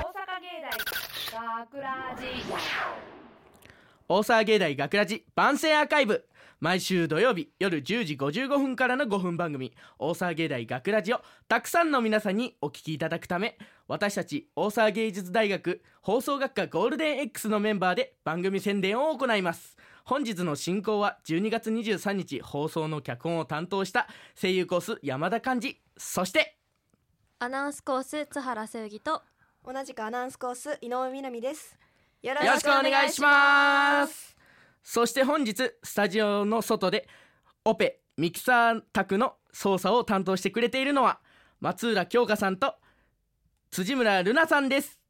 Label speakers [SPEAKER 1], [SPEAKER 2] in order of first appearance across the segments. [SPEAKER 1] 大学ラジ
[SPEAKER 2] 大沢芸大学ラジ番宣アーカイブ毎週土曜日夜10時55分からの5分番組「大沢芸大学ラジをたくさんの皆さんにお聞きいただくため私たち大沢芸術大学放送学科ゴールデン X のメンバーで番組宣伝を行います本日の進行は12月23日放送の脚本を担当した声優コース山田寛治そして
[SPEAKER 3] アナウンスコース津原せうぎと
[SPEAKER 4] 同じくアナウンスコース井上みなみですよろ
[SPEAKER 2] よろしくお願いしますそして本日スタジオの外でオペミキサー宅の操作を担当してくれているのは松浦京香さんと辻村ルナさんです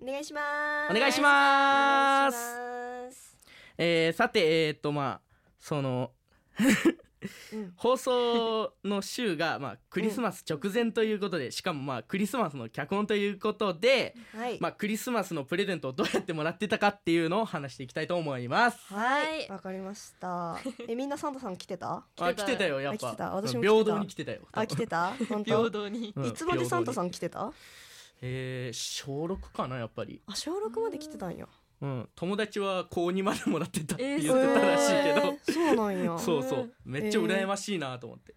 [SPEAKER 4] お願いします
[SPEAKER 2] お願いし
[SPEAKER 4] お願
[SPEAKER 2] ま
[SPEAKER 4] いし
[SPEAKER 2] す
[SPEAKER 4] ます
[SPEAKER 2] えーさてえーっとまあその
[SPEAKER 4] うん
[SPEAKER 2] 放送の週がまあクリスマス直前ということでしかもまあクリスマスの脚本ということで
[SPEAKER 4] はい、
[SPEAKER 2] まあクリスマスのプレゼントをどうやってもらってたかっていうのを話していきたいと思います
[SPEAKER 4] は
[SPEAKER 3] はい
[SPEAKER 4] いわかりま したえみんなサンタさん来てた
[SPEAKER 2] あ
[SPEAKER 3] 来
[SPEAKER 2] 来
[SPEAKER 3] て
[SPEAKER 2] て
[SPEAKER 3] た
[SPEAKER 2] たよやっ
[SPEAKER 4] あ来てた
[SPEAKER 2] ぱ
[SPEAKER 4] 私も来てた
[SPEAKER 2] 平等に来てたよ
[SPEAKER 4] あ来てた本
[SPEAKER 3] 平
[SPEAKER 4] 当
[SPEAKER 3] 等に
[SPEAKER 2] うん
[SPEAKER 4] いつまでサンタ
[SPEAKER 2] 平
[SPEAKER 4] さ
[SPEAKER 2] 等に
[SPEAKER 4] ん来てた
[SPEAKER 2] えー、小6かなやっぱり、
[SPEAKER 4] あ小六まで来てたんや
[SPEAKER 2] うん、友達は高2までもらってたって
[SPEAKER 3] えー
[SPEAKER 2] 言ってたらしいけど、
[SPEAKER 4] えーそうなん や
[SPEAKER 2] そうそうめっちゃ羨ましいなと思って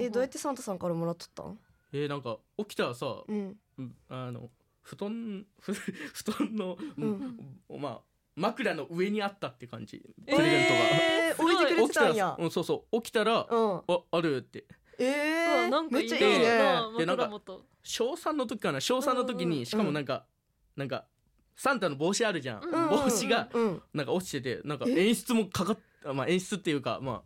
[SPEAKER 4] えどうやってサンタさんからもらっとったん
[SPEAKER 2] えー、なんか起きたらさ、
[SPEAKER 4] うん
[SPEAKER 2] うんあの布団ふ布団の、
[SPEAKER 4] う
[SPEAKER 2] うんまあ枕の上にあったって感じプ
[SPEAKER 3] えー
[SPEAKER 2] レゼントが、
[SPEAKER 4] えー
[SPEAKER 3] すごい
[SPEAKER 4] 置いてくれ
[SPEAKER 2] 起
[SPEAKER 4] て
[SPEAKER 2] き
[SPEAKER 4] た
[SPEAKER 2] た
[SPEAKER 4] んや
[SPEAKER 2] ら、うん、そうそう起きたら、
[SPEAKER 4] うん
[SPEAKER 2] ああるって
[SPEAKER 4] え
[SPEAKER 3] うわ
[SPEAKER 4] え
[SPEAKER 3] なんか
[SPEAKER 4] め
[SPEAKER 3] い
[SPEAKER 4] っ
[SPEAKER 3] い
[SPEAKER 4] ちゃ
[SPEAKER 3] ない
[SPEAKER 4] いね
[SPEAKER 3] もっと
[SPEAKER 2] でなんか
[SPEAKER 3] もっと
[SPEAKER 2] 小3の時かな小3の時
[SPEAKER 4] うんうんう
[SPEAKER 2] に
[SPEAKER 4] ん
[SPEAKER 2] しかもなんか、なんかサンタの帽子あるじゃん、
[SPEAKER 3] うん
[SPEAKER 4] うん
[SPEAKER 2] 帽子が
[SPEAKER 4] うん
[SPEAKER 2] なんか落ちててなんか
[SPEAKER 4] え
[SPEAKER 2] 演出もかかっあまあ演出っていうかまあ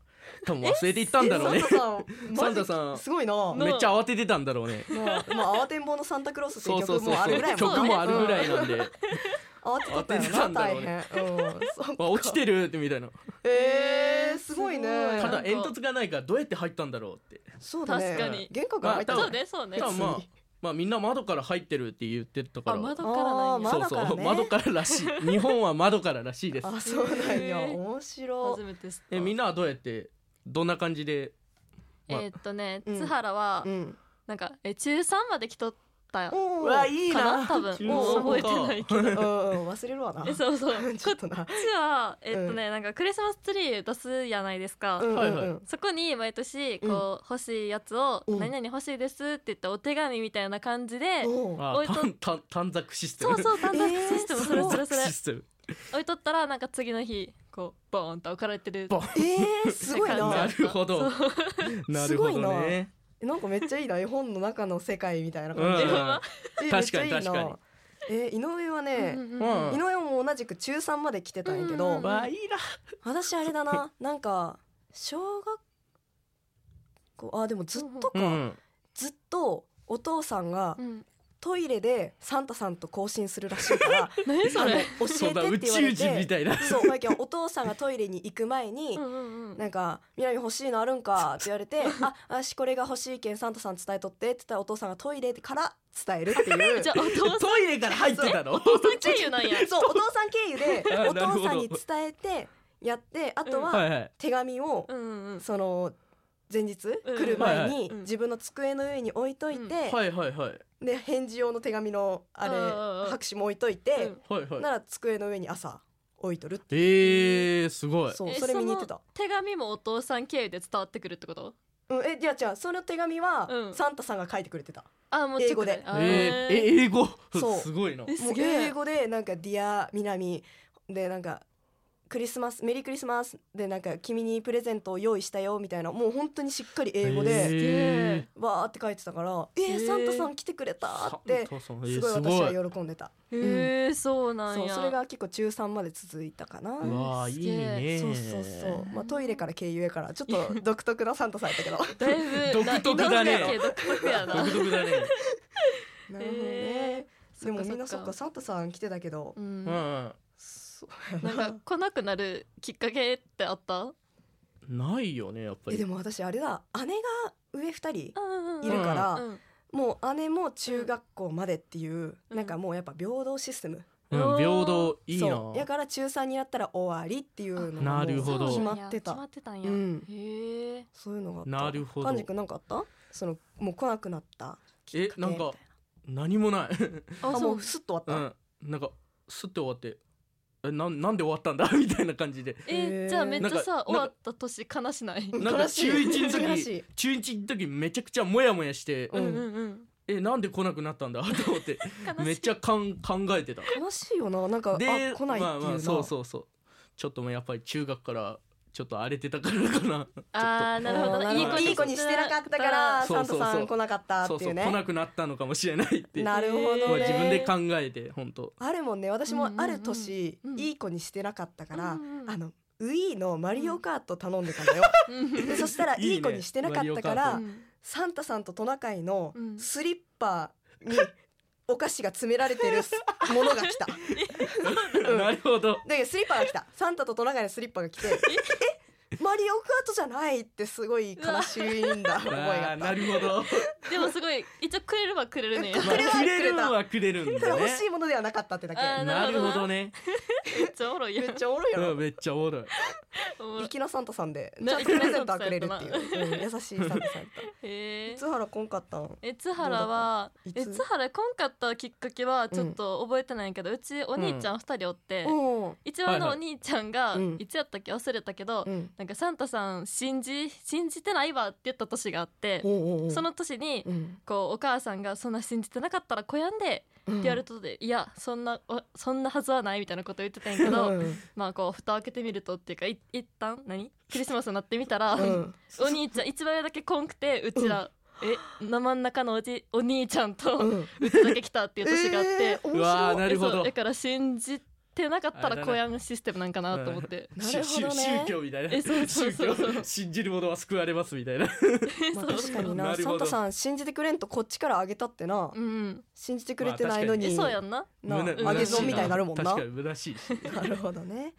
[SPEAKER 2] 多分忘れていったんだろうね
[SPEAKER 4] えサ
[SPEAKER 2] サンタ
[SPEAKER 4] ンタさんマジ
[SPEAKER 2] さん
[SPEAKER 4] すごい な
[SPEAKER 2] めっちゃ慌ててたんだろうね
[SPEAKER 4] まあ、まあ、慌てんぼうのサンタクロースってい
[SPEAKER 2] そううそう
[SPEAKER 4] 曲
[SPEAKER 2] そう
[SPEAKER 4] もあ
[SPEAKER 2] そ
[SPEAKER 4] るぐらいうもん
[SPEAKER 2] 曲もあるぐらいな
[SPEAKER 4] な
[SPEAKER 2] んで、ま
[SPEAKER 4] 慌てとった
[SPEAKER 2] 慌
[SPEAKER 4] よ
[SPEAKER 2] ててた
[SPEAKER 4] なん
[SPEAKER 2] だろ
[SPEAKER 4] 大
[SPEAKER 2] う
[SPEAKER 4] 変、うんそっか
[SPEAKER 2] あ、落ちてるってみたいな
[SPEAKER 4] えー、すごいね
[SPEAKER 3] すごい
[SPEAKER 2] ただ煙突がないからどうやって入ったんだろうって
[SPEAKER 4] そうだね
[SPEAKER 3] 確かに
[SPEAKER 4] 玄関から入った
[SPEAKER 2] ま
[SPEAKER 3] そ
[SPEAKER 2] あ
[SPEAKER 3] うねそうね
[SPEAKER 2] ただ
[SPEAKER 4] 別に
[SPEAKER 2] まあまあみんな窓から入ってるって言ってたか
[SPEAKER 3] あ
[SPEAKER 2] ら
[SPEAKER 3] 窓からなんや
[SPEAKER 4] あー
[SPEAKER 2] そう
[SPEAKER 4] 窓から
[SPEAKER 2] そう窓か
[SPEAKER 4] ね
[SPEAKER 2] ららしい日本は窓かららしいです
[SPEAKER 4] あそうなんや
[SPEAKER 3] えー
[SPEAKER 4] 面白
[SPEAKER 3] 初めて知った
[SPEAKER 2] えみんなはどうやってどんな感じで
[SPEAKER 3] えーっとね
[SPEAKER 4] うん
[SPEAKER 3] 津原は
[SPEAKER 4] うん
[SPEAKER 3] なんかえ中三まで来とったよ
[SPEAKER 4] おー
[SPEAKER 2] い
[SPEAKER 3] かな多分
[SPEAKER 2] 中
[SPEAKER 4] 三
[SPEAKER 3] もう覚えてないけど
[SPEAKER 4] うんうん忘れるわな
[SPEAKER 3] えそうそう
[SPEAKER 4] ちょ
[SPEAKER 3] こ
[SPEAKER 4] っとな
[SPEAKER 3] っちはえっとねなんかクリスマスツリー出すやないですか
[SPEAKER 4] うんうん
[SPEAKER 2] はいはい
[SPEAKER 4] うん
[SPEAKER 3] そこに毎年こう欲しいやつを「
[SPEAKER 4] うん
[SPEAKER 3] 何々欲しいです」って言ったお手紙みたいな感じで
[SPEAKER 4] おー
[SPEAKER 2] あ
[SPEAKER 3] 置いと
[SPEAKER 2] 短短短冊システ
[SPEAKER 3] そ
[SPEAKER 2] ム
[SPEAKER 3] うそう短冊システ
[SPEAKER 4] え
[SPEAKER 3] ム
[SPEAKER 4] ー
[SPEAKER 3] それそ
[SPEAKER 2] 短
[SPEAKER 3] れそ
[SPEAKER 2] 冊シ
[SPEAKER 3] れ
[SPEAKER 2] ステム
[SPEAKER 3] 置いとったらなんか次の日こうボーンと置かれてる
[SPEAKER 2] ボン
[SPEAKER 4] えー、すごい
[SPEAKER 3] そう
[SPEAKER 2] な
[SPEAKER 4] な
[SPEAKER 2] るほど
[SPEAKER 3] そう
[SPEAKER 2] なるほ
[SPEAKER 4] すごい
[SPEAKER 2] どね
[SPEAKER 4] なえなんかめっちゃいいな絵本の中の世界みたいな感
[SPEAKER 2] う
[SPEAKER 4] じ、
[SPEAKER 2] ん
[SPEAKER 4] えめっ
[SPEAKER 2] 確
[SPEAKER 4] ちゃ
[SPEAKER 2] か
[SPEAKER 4] い
[SPEAKER 2] に
[SPEAKER 4] いな
[SPEAKER 2] 確かに
[SPEAKER 4] え井上はね、
[SPEAKER 3] うん
[SPEAKER 2] う
[SPEAKER 3] うん
[SPEAKER 2] ん
[SPEAKER 4] 井上も同じく中3まで来てたんやけど、
[SPEAKER 3] うんうん
[SPEAKER 2] わあいいな
[SPEAKER 4] 私あれだな なんか小学校あでもずっとか、
[SPEAKER 2] うん
[SPEAKER 4] ずっとお父さんが
[SPEAKER 3] うん
[SPEAKER 4] トイレでサンタさんと交信するらしいから
[SPEAKER 3] 何それ
[SPEAKER 4] 教
[SPEAKER 2] そ
[SPEAKER 4] え
[SPEAKER 2] うだ
[SPEAKER 4] てっ
[SPEAKER 2] 宇
[SPEAKER 4] て言われ
[SPEAKER 2] 宙人み
[SPEAKER 4] て
[SPEAKER 2] たいな
[SPEAKER 4] そうマイケルお父さんがトイレに行く前に
[SPEAKER 3] うんうんうん
[SPEAKER 4] なんか「みなみ欲しいのあるんか」って言われて「あ私これが欲しいけんサンタさん伝えとって」って言ったらお父さんがトイレから伝えるっていう
[SPEAKER 3] じゃあお父さん
[SPEAKER 2] トイレから入ってたの
[SPEAKER 3] 経由なんや
[SPEAKER 4] そうお父さん経由で
[SPEAKER 2] あ
[SPEAKER 4] お
[SPEAKER 2] なるほど
[SPEAKER 4] 父さんに伝えてやってあと
[SPEAKER 2] は
[SPEAKER 4] はい
[SPEAKER 2] はい
[SPEAKER 4] 手紙を
[SPEAKER 3] うんうん
[SPEAKER 4] その前日
[SPEAKER 3] うん
[SPEAKER 4] 来る前に
[SPEAKER 3] うん
[SPEAKER 4] 自分の机の上に置いといて、
[SPEAKER 2] はいはいはい
[SPEAKER 4] で返事用の手紙のあ
[SPEAKER 3] うんうんうん
[SPEAKER 4] れ白紙も置いといて、
[SPEAKER 2] はいはい
[SPEAKER 4] なら机の上に朝置いとるって
[SPEAKER 2] えー、すごい。
[SPEAKER 4] そう
[SPEAKER 3] え
[SPEAKER 4] それ見に行ってた。
[SPEAKER 3] 手紙もお父さん経由で伝わってくるってこと
[SPEAKER 4] うん、えじゃあじゃあその手紙は
[SPEAKER 3] うん
[SPEAKER 4] サンタさんが書いてくれてた、
[SPEAKER 3] あもう
[SPEAKER 4] 英語で
[SPEAKER 3] ちょっと
[SPEAKER 2] え
[SPEAKER 3] ね
[SPEAKER 2] ー、
[SPEAKER 3] あー
[SPEAKER 2] え英語
[SPEAKER 4] そう
[SPEAKER 2] すごいな。
[SPEAKER 3] え
[SPEAKER 4] も
[SPEAKER 3] す
[SPEAKER 4] う
[SPEAKER 3] げえ
[SPEAKER 4] 英語でなんか「ディア南」でなんか「クリスマスメリークリスマス」でなんか「君にプレゼントを用意したよ」みたいなもう本当にしっかり英語で
[SPEAKER 2] え
[SPEAKER 4] わーって書いてたから「え
[SPEAKER 3] へー
[SPEAKER 4] ー、サンタさん来てくれた」
[SPEAKER 2] ー
[SPEAKER 4] って
[SPEAKER 2] サンタさんえー
[SPEAKER 4] すごい
[SPEAKER 2] す
[SPEAKER 4] 私
[SPEAKER 2] ごい。
[SPEAKER 4] は喜んでた。
[SPEAKER 3] へえそうなん
[SPEAKER 4] そう
[SPEAKER 3] や
[SPEAKER 4] それが結構中3まで続いたかな。
[SPEAKER 2] うわー
[SPEAKER 3] す
[SPEAKER 2] い
[SPEAKER 3] げ
[SPEAKER 2] い
[SPEAKER 3] え
[SPEAKER 2] ね。
[SPEAKER 4] そうそうそう、まあ、トイレから経由やからちょっと独特なサンタさんやったけどなる
[SPEAKER 3] だいぶ
[SPEAKER 2] 独特だね
[SPEAKER 3] な井上家独特やな
[SPEAKER 2] 独特だね。
[SPEAKER 4] ほどね、
[SPEAKER 3] へー
[SPEAKER 4] でもみんなそっか
[SPEAKER 3] そ
[SPEAKER 4] サンタさん来てたけど、
[SPEAKER 3] うん
[SPEAKER 2] うん
[SPEAKER 4] そう
[SPEAKER 3] なんか来なくなるきっかけってあった
[SPEAKER 2] うん。ないよねやっぱ
[SPEAKER 4] え
[SPEAKER 2] り。
[SPEAKER 4] でも私あれだ姉が上2人
[SPEAKER 3] い
[SPEAKER 4] いるから、
[SPEAKER 3] うん
[SPEAKER 4] もう姉も中学校までっていう、
[SPEAKER 3] うん
[SPEAKER 4] なんかもうやっぱ平等システム、
[SPEAKER 2] うん平等いいな。
[SPEAKER 4] そうやから中3になったら終わりっていうのがもう
[SPEAKER 2] なるほど
[SPEAKER 4] 決まってた
[SPEAKER 3] 決まってたんや、
[SPEAKER 4] うん
[SPEAKER 3] へえ
[SPEAKER 4] そういうのがあった
[SPEAKER 2] なるほど
[SPEAKER 4] 寛治君なんかあったそのもう来なくなったきっ
[SPEAKER 2] え
[SPEAKER 4] かけ
[SPEAKER 2] なんか何もない。
[SPEAKER 3] あ
[SPEAKER 4] あも
[SPEAKER 3] そう
[SPEAKER 4] うすっと終
[SPEAKER 2] う
[SPEAKER 4] わっ
[SPEAKER 2] ん。なんかスッて終わってえなんなんで終わったんだ みたいな感じで
[SPEAKER 4] へ
[SPEAKER 3] え
[SPEAKER 4] ー
[SPEAKER 3] じゃあめっちゃ
[SPEAKER 2] なん
[SPEAKER 3] さ
[SPEAKER 2] か
[SPEAKER 3] 終わった年悲しない
[SPEAKER 2] なんか
[SPEAKER 4] 悲しい
[SPEAKER 2] 中一の時
[SPEAKER 4] 悲しい
[SPEAKER 2] 中1の時めちゃくちゃモヤモヤして
[SPEAKER 4] う
[SPEAKER 3] うんんうんうん
[SPEAKER 2] えなんで来なくなったんだ と思って
[SPEAKER 3] 悲しい
[SPEAKER 2] めっちゃかん考えてた
[SPEAKER 4] 悲しいよななんかあ来ない
[SPEAKER 2] で
[SPEAKER 4] っていうな、
[SPEAKER 2] まあまあそうそうそうちょっともうやっぱり中学からちょっと荒れてたからかな
[SPEAKER 3] あーなるほ
[SPEAKER 4] あー
[SPEAKER 3] ど
[SPEAKER 2] なるほど
[SPEAKER 4] いい子にしてなかったから
[SPEAKER 2] そ
[SPEAKER 4] サ
[SPEAKER 2] う
[SPEAKER 4] ン
[SPEAKER 2] そうそう
[SPEAKER 4] タさん来なかったって
[SPEAKER 2] そう
[SPEAKER 4] い
[SPEAKER 2] そう
[SPEAKER 4] う
[SPEAKER 2] 来
[SPEAKER 4] ね
[SPEAKER 2] なくなったのかもしれないって
[SPEAKER 4] なるほどね、
[SPEAKER 2] まあ自分で考えて本当
[SPEAKER 4] あるもんね私もある年、
[SPEAKER 3] うんうんうん
[SPEAKER 4] いい子にしてなかったから、
[SPEAKER 3] うんうん
[SPEAKER 4] あのウィーのマリオカート頼んでたんだよ、でそしたら
[SPEAKER 2] いいね
[SPEAKER 4] いい子にしてなかったか
[SPEAKER 2] マ
[SPEAKER 4] ら、
[SPEAKER 2] リ
[SPEAKER 3] うん
[SPEAKER 4] サンタさんとトナカイの
[SPEAKER 3] うん
[SPEAKER 4] スリッパにお菓子が詰められてるものが来たうん
[SPEAKER 2] なるほど
[SPEAKER 4] でスリッパが来たサンタとトナカイのスリッパが 来てえマリオカートじゃないってすごい悲しい んだ思いがあ
[SPEAKER 2] あー
[SPEAKER 4] った
[SPEAKER 2] なるほど
[SPEAKER 3] でもすごい一応くれればくれるね
[SPEAKER 4] くれは
[SPEAKER 2] くれるのはくれるん
[SPEAKER 4] ただ
[SPEAKER 2] だね
[SPEAKER 4] 欲しいものではなかったってだけ
[SPEAKER 3] あー
[SPEAKER 2] な
[SPEAKER 3] な
[SPEAKER 2] る
[SPEAKER 3] る
[SPEAKER 2] ほ
[SPEAKER 3] ほ
[SPEAKER 2] ど
[SPEAKER 3] ど
[SPEAKER 2] ね
[SPEAKER 3] めっちゃおもろいや
[SPEAKER 4] めっ
[SPEAKER 3] ん
[SPEAKER 4] ちゃおもろいや
[SPEAKER 2] う
[SPEAKER 4] ろ
[SPEAKER 2] んめっちゃおもろい
[SPEAKER 3] おもろい
[SPEAKER 4] 粋なサンタさんでち
[SPEAKER 3] な
[SPEAKER 4] ゃんとプレゼントはくれるってい
[SPEAKER 3] 粋なサ
[SPEAKER 4] う、うん優しいサンタさんやった
[SPEAKER 3] へー
[SPEAKER 4] 津原こんかったん
[SPEAKER 3] え津原は
[SPEAKER 4] どうだったい
[SPEAKER 3] え
[SPEAKER 4] つ
[SPEAKER 3] 津原こんかったきっかけはちょっと覚えてないけど、うちお兄ちゃん二人おって、
[SPEAKER 4] うん
[SPEAKER 3] 一番のお兄ちゃんが、
[SPEAKER 4] はいはいうん
[SPEAKER 3] いつやったっけ忘れたけど、
[SPEAKER 4] うん
[SPEAKER 3] なんかサンタさん信じ信じてないわって言った年があって、その年に、
[SPEAKER 4] うん
[SPEAKER 3] こうお母さんがそんな信じてなかったらこやんでって言われたことで、いやそんなおそんなはずはないみたいなこと言ってたんやけど、
[SPEAKER 4] うん
[SPEAKER 3] まあこう蓋を開けてみるとっていうかい一旦何クリスマスになってみたら、
[SPEAKER 4] うん
[SPEAKER 3] お兄ちゃん一番上だけこんくてうちら、え生ん中のおじお兄ちゃんと、
[SPEAKER 4] うん
[SPEAKER 3] うちだけ来たっていう年があっ
[SPEAKER 4] え
[SPEAKER 3] て、
[SPEAKER 4] ー
[SPEAKER 2] う
[SPEAKER 4] 面
[SPEAKER 2] わー
[SPEAKER 4] 白い
[SPEAKER 2] なるほ
[SPEAKER 3] そう
[SPEAKER 2] ど
[SPEAKER 3] だから信じてなかったらこやんシステムなんかなと思って。
[SPEAKER 4] なるほど
[SPEAKER 2] し
[SPEAKER 4] ね
[SPEAKER 2] し宗教みたいな
[SPEAKER 3] えそうそうそうそう
[SPEAKER 2] 宗教信じる者は救われますみたいな
[SPEAKER 4] まあ、
[SPEAKER 3] そう
[SPEAKER 4] 確かに
[SPEAKER 2] な
[SPEAKER 4] な
[SPEAKER 2] る
[SPEAKER 4] サ
[SPEAKER 2] ほ
[SPEAKER 4] ン
[SPEAKER 2] ど
[SPEAKER 4] タさん信じてくれんとこっちからあげたってな、
[SPEAKER 3] うん、
[SPEAKER 4] 信じてくれてないの
[SPEAKER 3] え
[SPEAKER 4] に,、
[SPEAKER 3] そうやんな
[SPEAKER 2] む
[SPEAKER 4] な
[SPEAKER 2] な
[SPEAKER 4] あげ損みたいになるもんな
[SPEAKER 2] 確かに虚しいし
[SPEAKER 4] なるほどね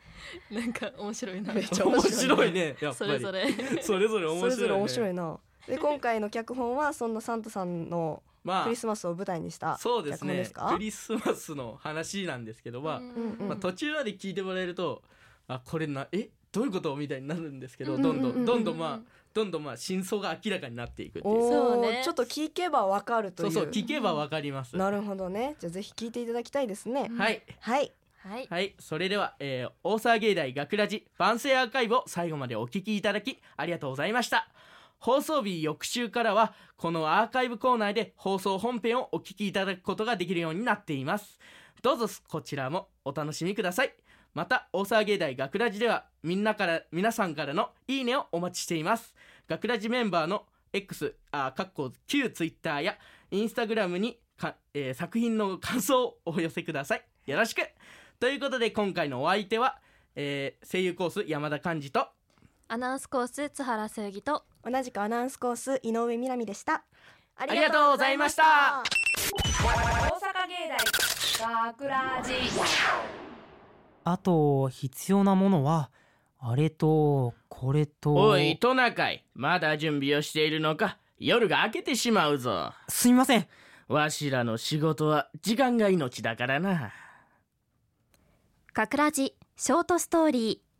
[SPEAKER 3] なんか面白いな
[SPEAKER 4] めっちゃ
[SPEAKER 2] 面白
[SPEAKER 4] 白
[SPEAKER 2] いねやっぱ
[SPEAKER 3] そ
[SPEAKER 2] り
[SPEAKER 3] れぞれ
[SPEAKER 2] それぞれ面白い、ね、
[SPEAKER 4] それぞれ面白いなで今回の脚本はそんなサンタさんの
[SPEAKER 2] ま
[SPEAKER 4] クリスマスを舞台にした
[SPEAKER 2] あそうです
[SPEAKER 4] 脚本
[SPEAKER 2] ね
[SPEAKER 4] ですか
[SPEAKER 2] クリスマスの話なんですけどは、
[SPEAKER 4] んう ん
[SPEAKER 2] まあ、途中まで聞いてもらえるとあこれなえどういうことみたいになるんですけど、
[SPEAKER 3] うん
[SPEAKER 2] どんど
[SPEAKER 4] うんうんん
[SPEAKER 2] どんどんまあどんどんまあ真相が明らかになっていくっていう
[SPEAKER 4] お
[SPEAKER 3] そう
[SPEAKER 4] お、
[SPEAKER 3] ね
[SPEAKER 4] ちょっと聞けばわかるとい
[SPEAKER 2] そううそう聞けばわかります、
[SPEAKER 4] なるほどねじゃあぜひ聞いていただきたいですね、
[SPEAKER 3] うん
[SPEAKER 2] はい
[SPEAKER 4] はい
[SPEAKER 3] はい、
[SPEAKER 2] はい、それでは、えー、大沢芸大学ラジ万世アーカイブを最後までお聞きいただきありがとうございました放送日翌週からはこのアーカイブコーナーで放送本編をお聞きいただくことができるようになっていますどうぞこちらもお楽しみくださいまた大沢芸大学ラジではみんなから皆さんからのいいねをお待ちしています学ラジメンバーの X あーかっこ Q ツイッターやインスタグラムにか、えー作品の感想をお寄せくださいよろしくということで今回のお相手は、えー声優コース山田寛二と
[SPEAKER 3] アナウンスコース津原正義と
[SPEAKER 4] 同じくアナウンスコース井上みなみでしたあ
[SPEAKER 2] りがとうございました
[SPEAKER 1] 大阪芸大学ラジ
[SPEAKER 5] あと必要なものはあれとこれと
[SPEAKER 2] おいトナカイまだ準備をしているのか夜が明けてしまうぞ
[SPEAKER 5] すみません
[SPEAKER 2] わしらの仕事は時間が命だからな
[SPEAKER 6] かくらじショートストーリー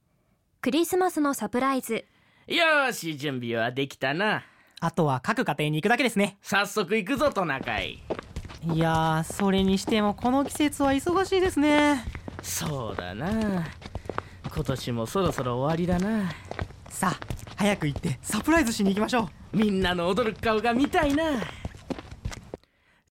[SPEAKER 6] クリスマスのサプライズ
[SPEAKER 2] よーし準備はできたな
[SPEAKER 5] あとは各家庭に行くだけですね
[SPEAKER 2] 早速行くぞトナカイ
[SPEAKER 5] いやーそれにしてもこの季節は忙しいですね
[SPEAKER 2] そうだな今年もそろそろ終わりだな
[SPEAKER 5] さあ早く行ってサプライズしに行きましょう
[SPEAKER 2] みんなの驚く顔が見たいな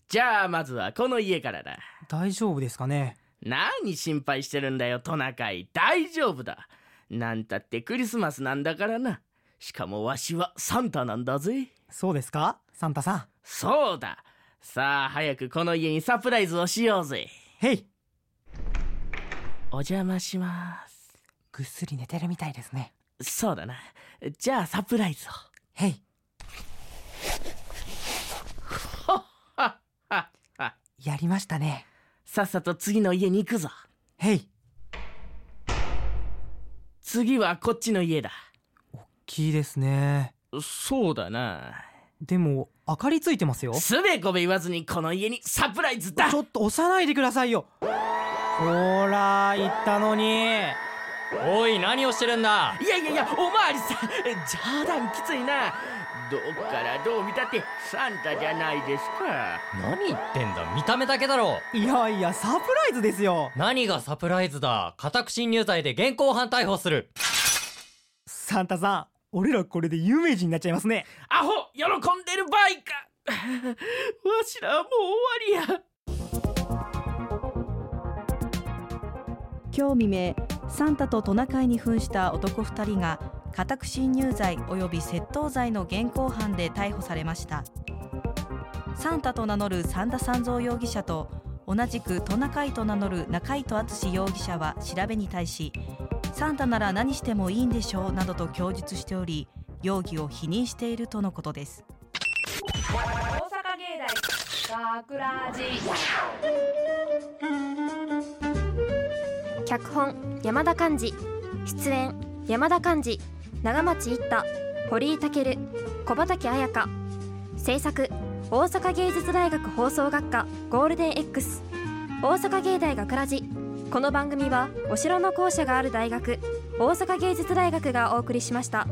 [SPEAKER 2] じゃあまずはこの家からだ
[SPEAKER 5] 大丈夫ですかね
[SPEAKER 2] 何心配してるんだよトナカイ大丈夫だなんたってクリスマスなんだからなしかもわしはサンタなんだぜ
[SPEAKER 5] そうですかサンタさん
[SPEAKER 2] そうださあ早くこの家にサプライズをしようぜ
[SPEAKER 5] へい
[SPEAKER 2] お邪魔しま
[SPEAKER 5] ぐっすり寝てるみたいですね
[SPEAKER 2] すそうだなじゃあサプライズを
[SPEAKER 5] へい
[SPEAKER 2] あああ
[SPEAKER 5] やりましたね
[SPEAKER 2] さっさと次の家に行くぞ
[SPEAKER 5] へい
[SPEAKER 2] 次はこっちの家だ
[SPEAKER 5] キーですね
[SPEAKER 2] そうだな
[SPEAKER 5] でも明かりついてますよ
[SPEAKER 2] すべこべ言わずにこの家にサプライズだ
[SPEAKER 5] ちょっと押さないでくださいよほら言ったのにおい何をしてるんだ
[SPEAKER 2] いやいやいやおまわりさん冗談きついなどっからどう見たってサンタじゃないですか
[SPEAKER 7] 何言ってんだ見た目だけだろ
[SPEAKER 5] いやいやサプライズですよ
[SPEAKER 7] 何がサプライズだ家宅侵入罪で現行犯逮捕する
[SPEAKER 5] サンタさん俺らこれで有名人になっちゃいますね
[SPEAKER 2] アホ喜んでる場合か わしらはもう終わりや
[SPEAKER 8] 今日未明サンタとトナカイに扮した男2人が家宅侵入罪及び窃盗罪の現行犯で逮捕されましたサンタと名乗る三田三蔵容疑者と同じくトナカイと名乗る中井戸敦容疑者は調べに対しサンタなら何してもいいんでしょうなどと供述しており容疑を否認しているとのことです
[SPEAKER 1] 大阪芸大学ラジ
[SPEAKER 6] 脚本山田漢字出演山田漢字長町一太堀井健小畑彩香制作大阪芸術大学放送学科ゴールデン X 大阪芸大学ラジこの番組はお城の校舎がある大学大阪芸術大学がお送りしました。